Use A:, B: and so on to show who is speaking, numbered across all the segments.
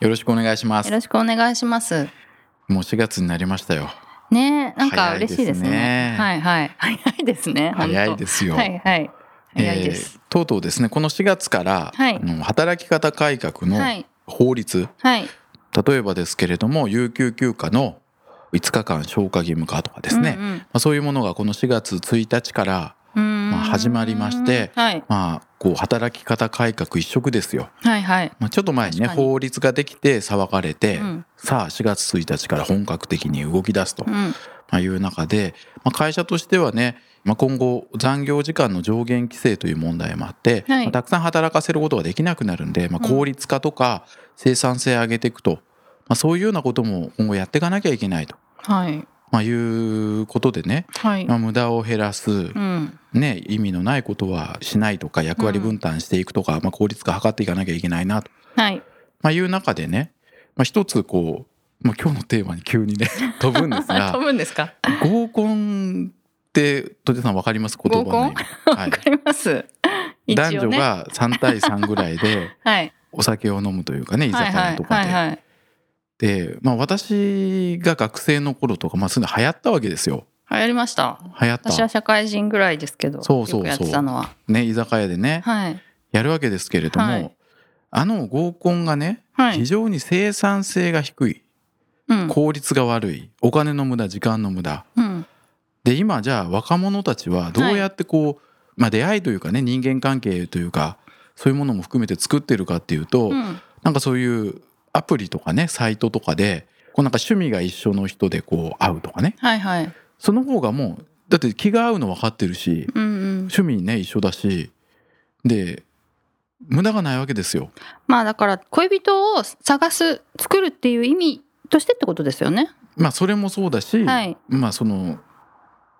A: よろしくお願いします
B: よろしくお願いします
A: もう4月になりましたよ
B: ねえなんか
A: 早い
B: 嬉
A: です
B: し
A: ね
B: いですねはいはい早いですね本当
A: 早いですよ
B: はいはい早いです、
A: えーとうとうですねこの4月から、
B: はい
A: あの働き方改革の
B: はい
A: 法律、
B: はい
A: 例えばですけれども有給休暇の5日間消化義務化とかですね、
B: うんうん
A: まあ、そういうものがこの4月1日から
B: ま
A: まあ始まりまして
B: はい、
A: まあこう働き方改革一色ですよ、
B: はいはい
A: まあ、ちょっと前にね
B: 確かに
A: 法律ができて騒がれて、
B: うん
A: さあ4月1日から本格的に動き出すと
B: うん
A: まあいう中で、まあ、会社としてはね、まあ、今後残業時間の上限規制という問題もあって、
B: はい
A: まあたくさん働かせることができなくなるんで、ま
B: う
A: あ、
B: ん
A: 効率化とか生産性上げていくと、まあ、そういうようなことも今後やっていかなきゃいけないと、
B: はい
A: まあ、いうことでね、
B: はい
A: まあ、無駄を減らす、
B: うん
A: ね、意味のないことはしないとか役割分担していくとか、まあ、効率化図っていかなきゃいけないなと、
B: はい
A: まあ、いう中でね、まあ、一つこう、まあ、今日のテーマに 急にね飛ぶんですが
B: 飛ぶんですか
A: 合コンって戸田さんわかります言葉の意味は
B: わ
A: い
B: かります一
A: 男
B: 応
A: 女
B: ね
A: が3対3ぐらいで
B: はい
A: お酒を飲むというかね居
B: はい
A: 酒
B: は
A: 屋
B: い
A: とか
B: は
A: で。
B: いはい
A: で、まあ、私が学生の頃とか、まあ、そういうの流行ったわけですよ
B: 流行りました
A: 流行っ
B: 私は
A: た、
B: 社会人ぐらいですけど
A: そうそうそう
B: よくやってたのは
A: ね、居酒屋でね
B: はい
A: やるわけですけれども、
B: はい
A: あの合コンがね
B: はい
A: 非常に生産性が低い
B: うん
A: 効率が悪いお金の無駄時間の無駄
B: うん
A: で今じゃあ若者たちはどうやってこう、まあ、出会いというかね人間関係というかそういうものも含めて作ってるかっていうと、
B: うん
A: なんかそういうアプリとかねサイトとかでこうなんか趣味が一緒の人でこう会うとかね
B: はいはい
A: その方がもうだって気が合うの分かってるし
B: うんうん
A: 趣味ね一緒だしで無駄がないわけですよ。
B: まあだから恋人を探す作るっていう意味としてってことですよね
A: まあそれもそうだし、
B: はい
A: まあその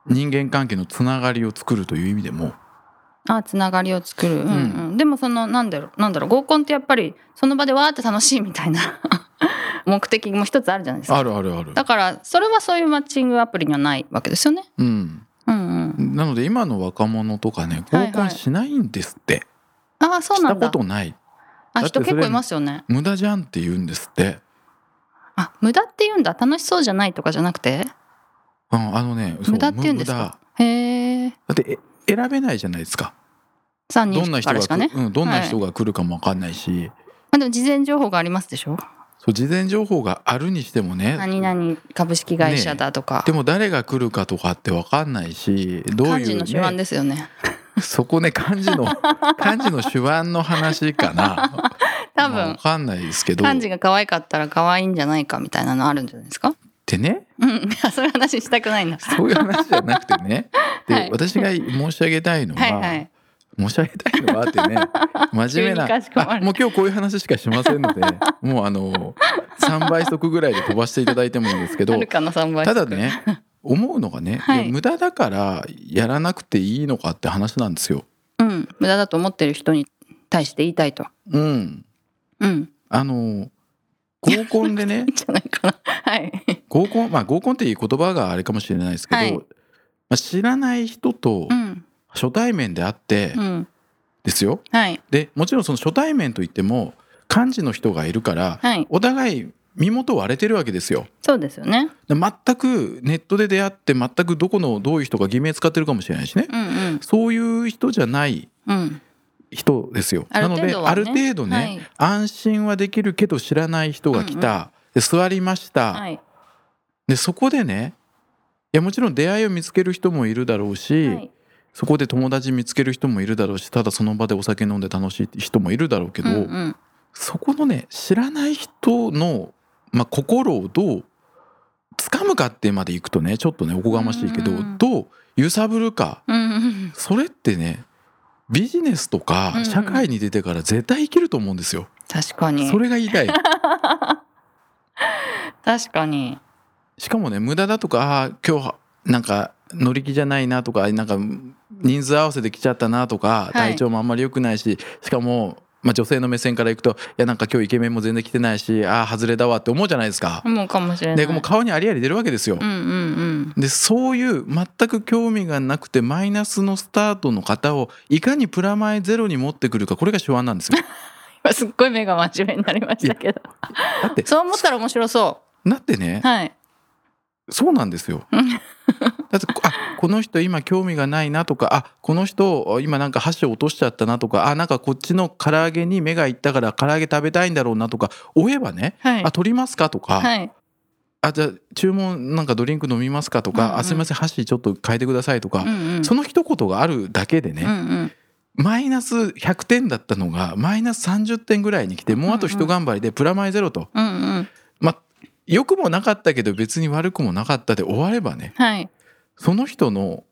A: 人間関係のつながりを作るという意味でも
B: あつながりを作る、うんうんでもそのなんだろうなんだろう合コンってやっぱりその場でわーって楽しいみたいな 目的も一つあるじゃないですか
A: あるあるある。
B: だからそれはそういうマッチングアプリにはないわけですよね
A: うん、
B: うんうん
A: なので今の若者とかね
B: はいは
A: 合
B: い
A: コンしないんですって、
B: ああそう
A: し
B: な
A: た
B: ん
A: こ
B: だ
A: とない
B: あ
A: だって
B: 人
A: それ
B: 結構いますよね
A: 無駄じゃんって言うんですって、
B: あ無駄って言うんだ楽しそうじゃないとかじゃなくて
A: うん、あのねそう
B: 無駄って言うんですかへえ
A: 無無駄だってえ選べないじゃないですか
B: 3
A: どん
B: 人
A: な人
B: か
A: が
B: らしかね
A: くうん、どんな人が来るかも分かんないし、
B: まあ、でも事前情報がありますでしょ
A: そう事前情報があるにしてもね
B: 何々株式会社だとか、
A: でも誰が来るかとかって分かんないしどういう、ね、
B: 漢字の手腕ですよね
A: そこね漢字 の漢字の手腕の話かな
B: 多
A: まあ
B: 分
A: 分かんないですけど
B: 漢字が可愛かったら可愛いんじゃないかみたいなのあるんじゃないですか
A: でね
B: うん、そういう話したく ないな。
A: そういう話じゃなくてねで、
B: はい
A: 私が申し上げたいのは、
B: はいはい。
A: 申し上げたいのはって ね真面目な
B: 急にかしこまる
A: あもう今日こういう話しかしませ んのでもうあの3倍速ぐらいで飛ばしていただいてもいいんですけ
B: は
A: ど
B: るかの3倍。
A: ただ。ね思うのがね、
B: はい
A: いや無駄だからやらなくていいのかって話なんですよ。
B: うん、無駄だと思ってる人に対して言いたいと。
A: うん、
B: うん、
A: あの合コンでね
B: じゃないかな。はい。
A: 合コンまあ合コンっていう言葉があれかもしれないですけど、
B: はい
A: まあ、知らない人と
B: うん、
A: 初対面であって
B: うん、
A: ですよ。
B: はい、
A: でもちろんその初対面といっても幹事の人がいるから、
B: はい、
A: お互い身元割れてるわけですよ
B: そうですよね。
A: で全くネットで出会って全くどこのどういう人が偽名使ってるかもしれないしね
B: うん、うん、
A: そういう人じゃない
B: うん、
A: 人ですよ、
B: ある
A: な
B: 程
A: の
B: 度はね
A: である程度ね、
B: はい
A: 安心はできるけど知らない人が来た、で座りました、
B: はい、
A: でそこでねいやもちろん出会いを見つける人もいるだろうし、
B: はい、
A: そこで友達見つける人もいるだろうしただその場でお酒飲んで楽しい人もいるだろうけ
B: う
A: ど、
B: ん、うん、
A: そこのね知らない人の、まあ、心をどう掴むかってまでいくとねちょっとねおこがましいけど、
B: うん
A: どう揺さぶるか
B: うん、うん、
A: それってねビジネスと
B: うんう
A: か
B: ん
A: 社会に出てから絶対生きると思うんですよ。
B: 確かに
A: そ。れが言いたい。
B: 確かに
A: しかもね無駄だとかあー今日はなんか乗り気じゃないなとかなんか人数合わせで来ちゃったなとか
B: い
A: 体調もあんまり良くないし、しかも、まあ、女性の目線からいくといやなんか今日イケメンも全然来てないしああ外れだわって思うじゃないですか。
B: もうかもしれない
A: でもう顔にありあり出るわけですよ。
B: うんうんうん
A: でそういう全く興味がなくてマイナスのスタートの方をいかにプラマイゼロに持ってくるかこれが手腕な んですよ。
B: 今すっごい目が真面目になりましたけど
A: だって
B: そう思ったら面白そ
A: だってね、
B: うはい
A: そうなんですよ。
B: う
A: だ
B: ん
A: ってあこの人今興味がないなとかあこの人今なんか箸を落としちゃったなとかあなんかこっちの唐揚げに目がいったから唐揚げ食べたいんだろうなとか追えばね、
B: はい
A: あ取りますかとか、
B: はい
A: あじゃあ注文なんかドリンク飲みますかとか、
B: うんうん
A: あすいません箸ちょっと変えてくださいとか、
B: うんうん
A: その一言があるだけで
B: うんう
A: ね、
B: ん
A: マイナス100点だったのがマイナス30点ぐらいに来てもうあと一頑張りでプラマイゼロと、
B: うんうん
A: まあ良くもなかったけど別に悪くもなかったで終わればね
B: はい
A: その人の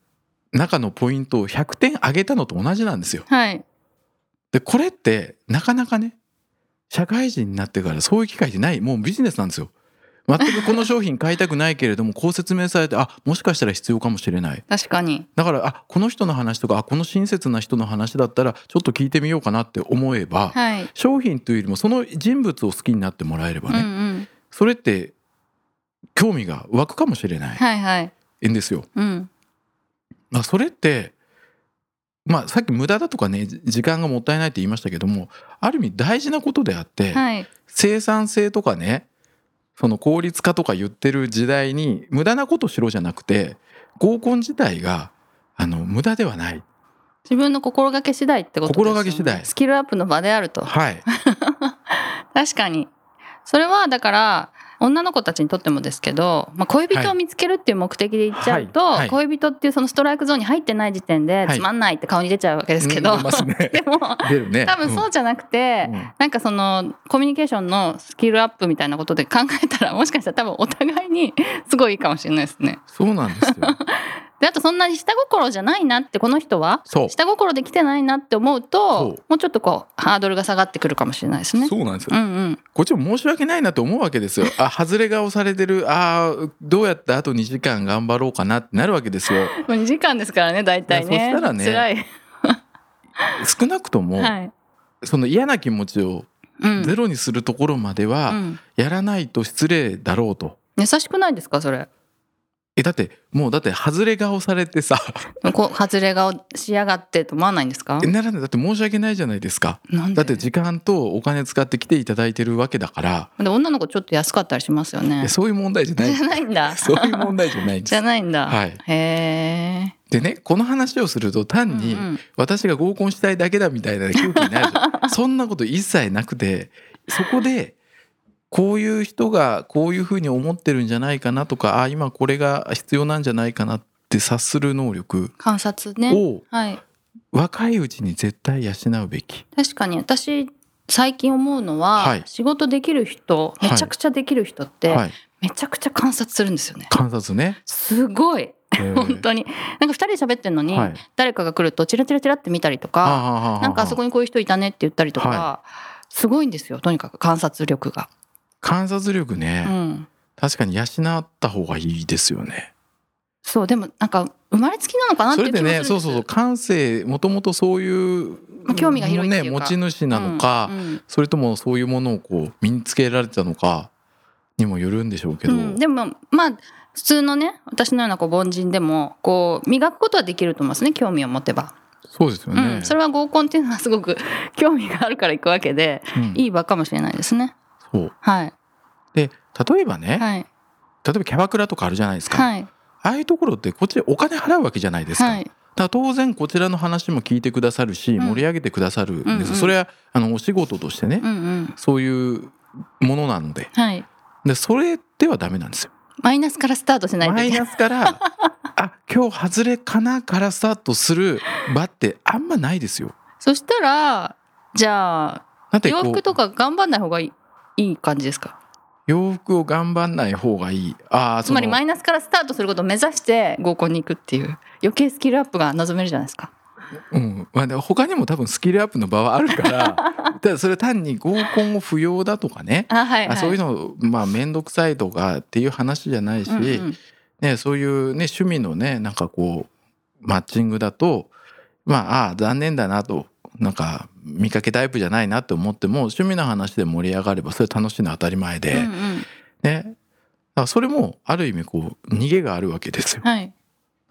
A: 中のポイントを100点上げたのと同じなんですよ。
B: はい
A: でこれってなかなかね社会人になってからそういう機会ってないもうビジネスなんですよ。全くこの商品買いたくないけれどもこう説明されてあもしかしたら必要かもしれない
B: 確かに
A: だからあこの人の話とかあこの親切な人の話だったらちょっと聞いてみようかなって思えば
B: はい、
A: 商品というよりもその人物を好きになってもらえれば
B: うんう
A: ね、
B: ん
A: それって興味が湧くかもしれない
B: はいはい
A: んですよ。
B: うん
A: まあ、それって、まあ、さっき無駄だとかねじ時間がもったいないって言いましたけどもある意味大事なことであって、
B: はい
A: 生産性とかねその効率化とか言ってる時代に無駄なことしろじゃなくて合コン自体があの無駄ではない。
B: 自分の心がけ次第ってことですよね
A: 心がけ次第
B: スキルアップの場であると
A: はい、
B: 確かにそれはだから女の子たちにとってもですけど、まあ、恋人を見つけるっていう目的で行っちゃうと、
A: はいはい
B: 恋人っていうそのストライクゾーンに入ってない時点で
A: はい
B: つまんないって顔に出ちゃうわけですけど、
A: うん出ますね
B: でも
A: 出るね
B: 多分そうじゃなくて、
A: うんうん
B: なんかそのコミュニケーションのスキルアップみたいなことで考えたらもしかしたら多分お互いにすごいいいかもしれないですね。
A: そうなん ですよ。
B: であとそんなに下心じゃないなってこの人は
A: そう
B: 下心できてないなって思うと
A: そう
B: もうちょっとこうハードルが下がってくるかもしれないですね。
A: そうなんです
B: う
A: よ
B: んうん
A: こっちも申し訳ないなと思うわけですよ。あ、外れ顔されてる。あーどうやってあと2時間頑張ろうかなってなるわ けですよ。
B: もう2時間ですからね大体ね
A: いやそしたらね
B: 辛い、
A: 少なくとも、
B: はい
A: その嫌な気持ちを
B: うん
A: ゼロにするところまで
B: う
A: は
B: ん、
A: やらないと失礼だろうと。
B: 優しくないですかそれ
A: え、だって、もうだって外れ顔されてさ、
B: こう外れ顔しやがってと思わないんですか
A: えならないだって申し訳ないじゃないですか。
B: なんで
A: だって時間とお金使って来ていただいてるわけだから、
B: で女の子ちょっと安かったりしますよ
A: い
B: ね
A: やそういう問題じゃな
B: じゃ
A: い。
B: ないんだ
A: そういう問題じゃないんで
B: じゃ
A: す。
B: ないんだ、
A: はい
B: へえ
A: でね、この話をすると単に、
B: うんうん
A: 私が合コンしたいだけだみたいな空気になるじゃん そんなこと一切なくてそこでこういう人がこういうふうに思ってるんじゃないかなとかあ今これが必要なんじゃないかなって察する能力
B: 観察ね
A: を
B: はい
A: 若いうちに絶対養うべき。
B: 確かに私最近思うのは、
A: はい
B: 仕事できる人
A: はい
B: めちゃくちゃできる人って、
A: はい、
B: めちゃくちゃ観察するんですよね
A: 観察 ね。
B: すごい本当になんか2人で喋ってんのに、
A: はい
B: 誰かが来るとチラチラチラって見たりとか、
A: な
B: なんかあそこにこういう人いたねって言ったりとか、
A: は
B: すごいんですよとにかく観察力が。
A: 観察力ね、
B: うん、
A: 確かに養った方がいいですよね。
B: そうでもなんか生まれつきなのかなっ
A: そ
B: てい
A: れ
B: う気
A: で
B: もするん
A: ね
B: です
A: そうそうそう感性もともとそういう、
B: まあ興味が広いっていうか
A: ね、持ち主なのか、
B: うんうん
A: それともそういうものをこう身につけられてたのかにもよるんでしょうけど、
B: うんでもまあ普通のね私のようなこう凡人でもこう磨くことはできると思いますね興味を持てば、
A: そうですよね、
B: うん、それは合コンっていうのはす ごく興味があるから行くわけで
A: うん
B: いい場かもしれないですね
A: そう
B: はい
A: で例えばね、
B: はい
A: 例えばキャバクラとかあるじゃないですか、
B: はい
A: ああいうところってこっちでお金払うわけじゃないですか,、
B: は
A: だか
B: い
A: ら当然こちらの話も聞いてくださるし、
B: ん
A: 盛り上げてくださるんです、
B: うんうん
A: それはあのお仕事としてね、
B: うんうん
A: そういうものなので
B: はい
A: でそれではダメなんですよ。
B: マイナスからスタートしないと
A: マ
B: い
A: イ
B: けない
A: ナスから あ今日外れかなからスタートする場ってあんまないですよ。
B: そしたらじゃあ
A: だって
B: 洋
A: こう
B: 服とか頑張んない方がいいいい感じですか
A: 洋服を頑張んない方がいい。ああ、
B: つまり
A: その
B: マイナスからスタートすることを目指して合コンに行くっていう余計スキルアップが望めるじゃないですか
A: うんまあ、でも他にも多分スキルアップの場はあるから ただそれ単に合コンを不要だとかね
B: あはい、は
A: あ
B: い、
A: そういう
B: の
A: のまあ面倒くさいとかっていう話じゃないし、ね、そういう、ね、趣味のねなんかこうマッチングだとまあああ残念だなとなんか見かけタイプじゃないなって思っても趣味の話で盛り上がればそれ楽しいのは当たり前で、
B: うんうん、
A: ね、だからそれもある意味こう逃げがあるわけですよ。
B: はい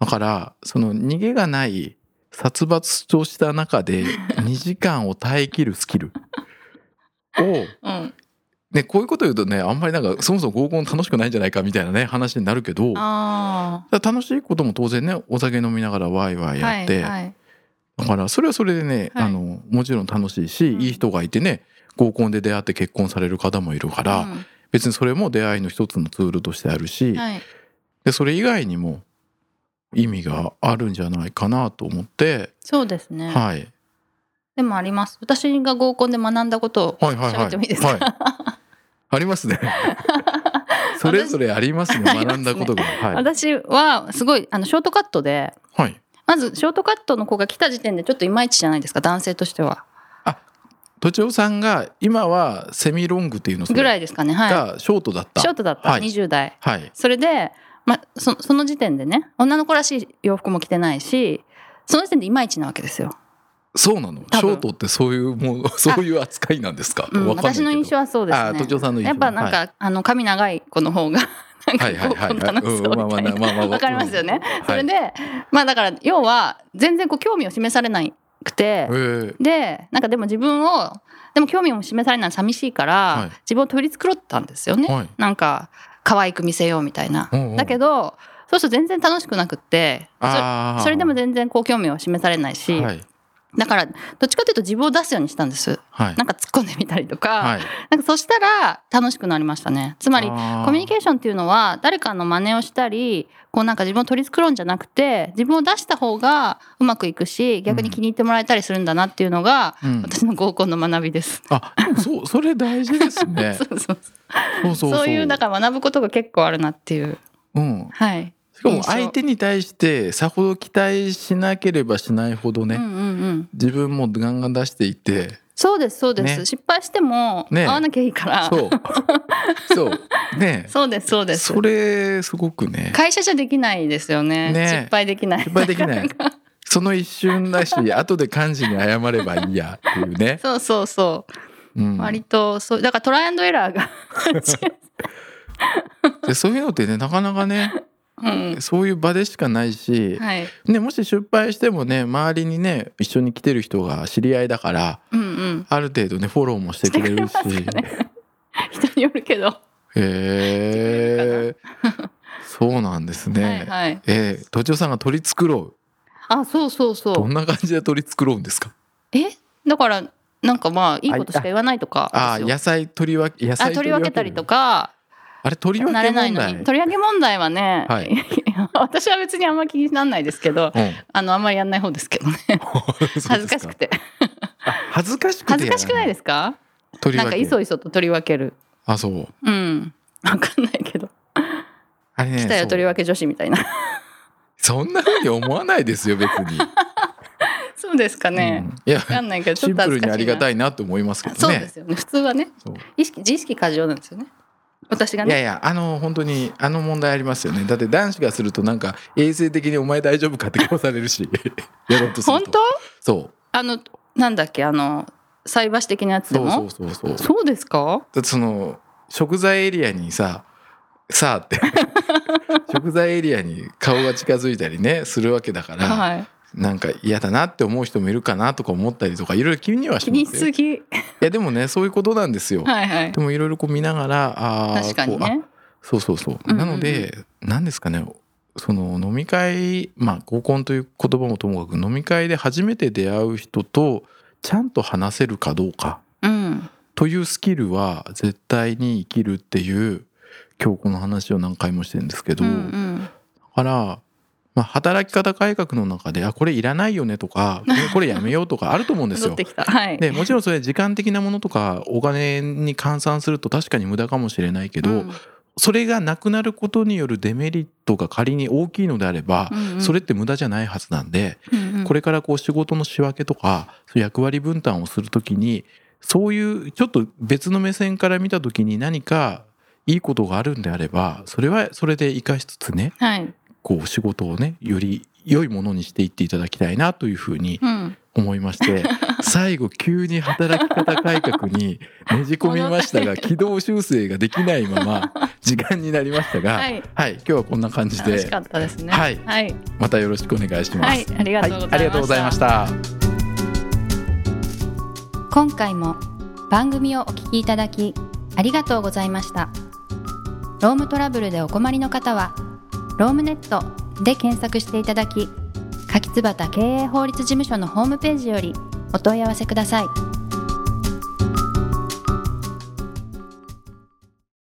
A: だからその逃げがない殺伐とした 中で2時間を耐えきるスキルを、
B: うん
A: ね、こういうこと言うとねあんまりなんかそもそも合コン楽しくないんじゃないかみたいなね話になるけど
B: あ
A: だから楽しいことも当然ねお酒飲みながらワイワ
B: あ
A: イ
B: は
A: や
B: い
A: って、
B: はい
A: だからそれはそれでね、
B: はい
A: あのもちろん楽しいし、
B: うん
A: いい人がいてね合コンで出会って結婚される方もいるから、
B: うん
A: 別にそれも出会いの一つのツールとしてあるし、
B: はい
A: でそれ以外にも意味があるんじゃないかなと思って、
B: そうですね、
A: はい、
B: でもあります私が合コンで学んだことを
A: はいはいは
B: 喋
A: い。
B: ってもいいですか、
A: はい、ありますね。 それぞれありますね。
B: 私
A: 学んだことが。はい。
B: 私はすごいあのショートカットで
A: はい。
B: まずショートカットの子が来た時点でちょっといまいちじゃないですか男性としては
A: とちおさんが今はセミロングっていうのそれ
B: ぐらいですかねは
A: がショートだっ
B: い
A: た。
B: ショートだった、
A: はい
B: 20代
A: はい。
B: それで、ま、そその時点でね女の子らしい洋服も着てないしその時点でいまいちなわけですよ、
A: そうなの。シ
B: 多分
A: ョートってそういうもうそういう扱いなんですか。
B: うん
A: わかんないけ
B: 私
A: ど
B: の印象はそうです
A: あー
B: ね
A: とちおさんの印象
B: やっぱなんか、あの髪長い子の方が なん
A: は
B: か
A: いはい
B: こ
A: は
B: う
A: いはい。
B: 楽しそうみたいな、
A: うんまあまあまあまあ
B: わかりますよね。
A: ん
B: それで、まあだから要は全然こう興味を示されなくて
A: うん、えー
B: でなんかでも自分をでも興味も示されないのは寂しいから、
A: はい
B: 自分を取り繕ったんですよね、
A: はい
B: なんか可愛く見せようみたいな、
A: うんうん
B: だけどそうすると全然楽しくなくってそ
A: あー
B: それでも全然こう興味を示されないし、
A: はい
B: だからどっちかというと自分を出すようにしたんです
A: はい
B: なんか突っ込んでみたりとか、
A: はい。
B: なんかそしたら楽しくなりましたねつ
A: つ
B: まりコミュニケーションっていうのは誰かの真似をしたりこうなんか自分を取り繕うんじゃなくて自分を出した方がうまくいくし逆に気に入ってもらえたりするんだなっていうのが、
A: ーうん。
B: 私の合コンの学びです。
A: あ、で もそうそれ大事ですね
B: そ。うそう
A: そう
B: そ
A: そううそう。
B: そういうだから学ぶことが結構あるなっていう
A: うん。
B: はい。
A: しかも相手に対してさほど期待しなければしないほどね、
B: うんうんうん、
A: 自分もガンガン出していって
B: そうですそうです、
A: ね
B: 失敗しても
A: ね
B: 会わなきゃいいから、
A: そう そうね
B: そうですそうです
A: それすごくね
B: 会社じゃできないですよね
A: ね
B: 失敗できない
A: 失敗できないその一瞬だし 後で幹事に謝ればいいやっていうね、
B: そうそうそうう、
A: ん、
B: 割とそうだからトライアンドエラー が
A: でそういうのってねなかなかね
B: うん
A: そういう場でしかないし、
B: はい
A: ね、もし失敗してもね周りにね一緒に来てる人が知り合いだから
B: うんうん
A: ある程度ねフォローもしてくれるし。
B: 人によるけど、
A: へえそうなんですね。
B: はいはい
A: えー、とちおさんが取り繕う
B: あそうそうそ
A: ど
B: うん
A: な感じで取り繕うんですか
B: えだからなんかまあいいことしか言わないとか
A: あー
B: ですよ
A: 野菜取り分け野
B: あ
A: 菜
B: 取り分けたりとか
A: あれ取り分
B: 慣
A: け
B: れない
A: 問
B: の
A: 題
B: に取り上げ問題はね、
A: はい
B: 私は別にあんま気にならないですけど
A: うん
B: あのあんまりやんない方ですけどね
A: そうです
B: 恥ずかしくて
A: あ恥ずかしくて
B: 恥ずかしくないですすか
A: 取り
B: なん
A: 分
B: か
A: け
B: いそいそと取り分ける
A: あそう
B: うんわかんないけど
A: あれね
B: 来たよ取り分け女子みたい な
A: そうそんなふうに思わないですよ別に
B: そうですか ね、
A: うんいや
B: わかんないけどち
A: シ
B: ょっと
A: ンプ
B: 恥
A: ル
B: ず
A: に
B: かし
A: あ
B: い
A: り
B: な
A: がたいなと思いますけどね
B: そうですよね普通はね
A: そう
B: 意識自意識過剰なんですよね私が
A: いや
B: ね
A: いやあの本当にあの問題ありますよねだって男子がするとなんか衛生的に「お前大丈夫か?」って顔されるし やろうとする
B: 本
A: と
B: 当
A: そう
B: あのなんだっけあの菜箸的なやつで
A: そ
B: も
A: う
B: そ
A: そううそうそうだ
B: ですか
A: ってその食材エリアにささあって 食材エリアに顔が近づいたりねするわけだから、
B: はい
A: なんか嫌だなって思う人もいるかなとか思ったりとかいろいろ気にはし
B: 気
A: ま
B: にし
A: すよ
B: す
A: い
B: ぎ
A: やでもねそういうことなんですよ、
B: はいはい
A: でもいろいろこう見ながらあー
B: 確かに
A: こうあ
B: ね
A: そうそうそう。
B: うんうんう
A: なんので、何ですかね、その飲み会、まあ合コンという言葉もともかく、飲み会で初めて出会う人と、ちゃんと話せるかどうか
B: うん
A: というスキルは絶対に生きるっていう、今日この話を何回もしてるんですけど、
B: うん
A: だ
B: うん
A: から、まあ、働き方改革の中で、あ、これいらないよねとか、これこれやめよう とかあると思うんです
B: 戻っ
A: よ
B: て。きたはい
A: でもちろんそれ時間的なものとかお金に換算すると確かに無駄かもしれないけど、
B: うん
A: それがなくなることによるデメリットが仮に大きいのであれば、
B: うんうん
A: それって無駄じゃないはずなんで、
B: うんうん
A: これからこう仕事の仕分けとかそういう役割分担をするときにそういうちょっと別の目線から見たときに何かいいことがあるんであればそれはそれで生かしつつね
C: はい。
A: こう仕事をねより良いものにしていっていただきたいなというふうに
C: うん。
A: 思いまして 最後急に働き方改革にねじ込みましたが軌道修正ができないまま時間になりましたが、
C: は
A: はい
C: い。
A: 今日はこんな感じ
C: 楽し
A: で
C: かったですね。
A: はい
C: はい。
A: またよろしくお願いします。
C: はいありがとうございました
A: ありがとうございました。
C: 今回も番組をお聞きいただきありがとうございましたロームトラブルでお困りの方は「ロームネット」で検索していただき柿椿経営法律事務所のホームページよりお問い合わせください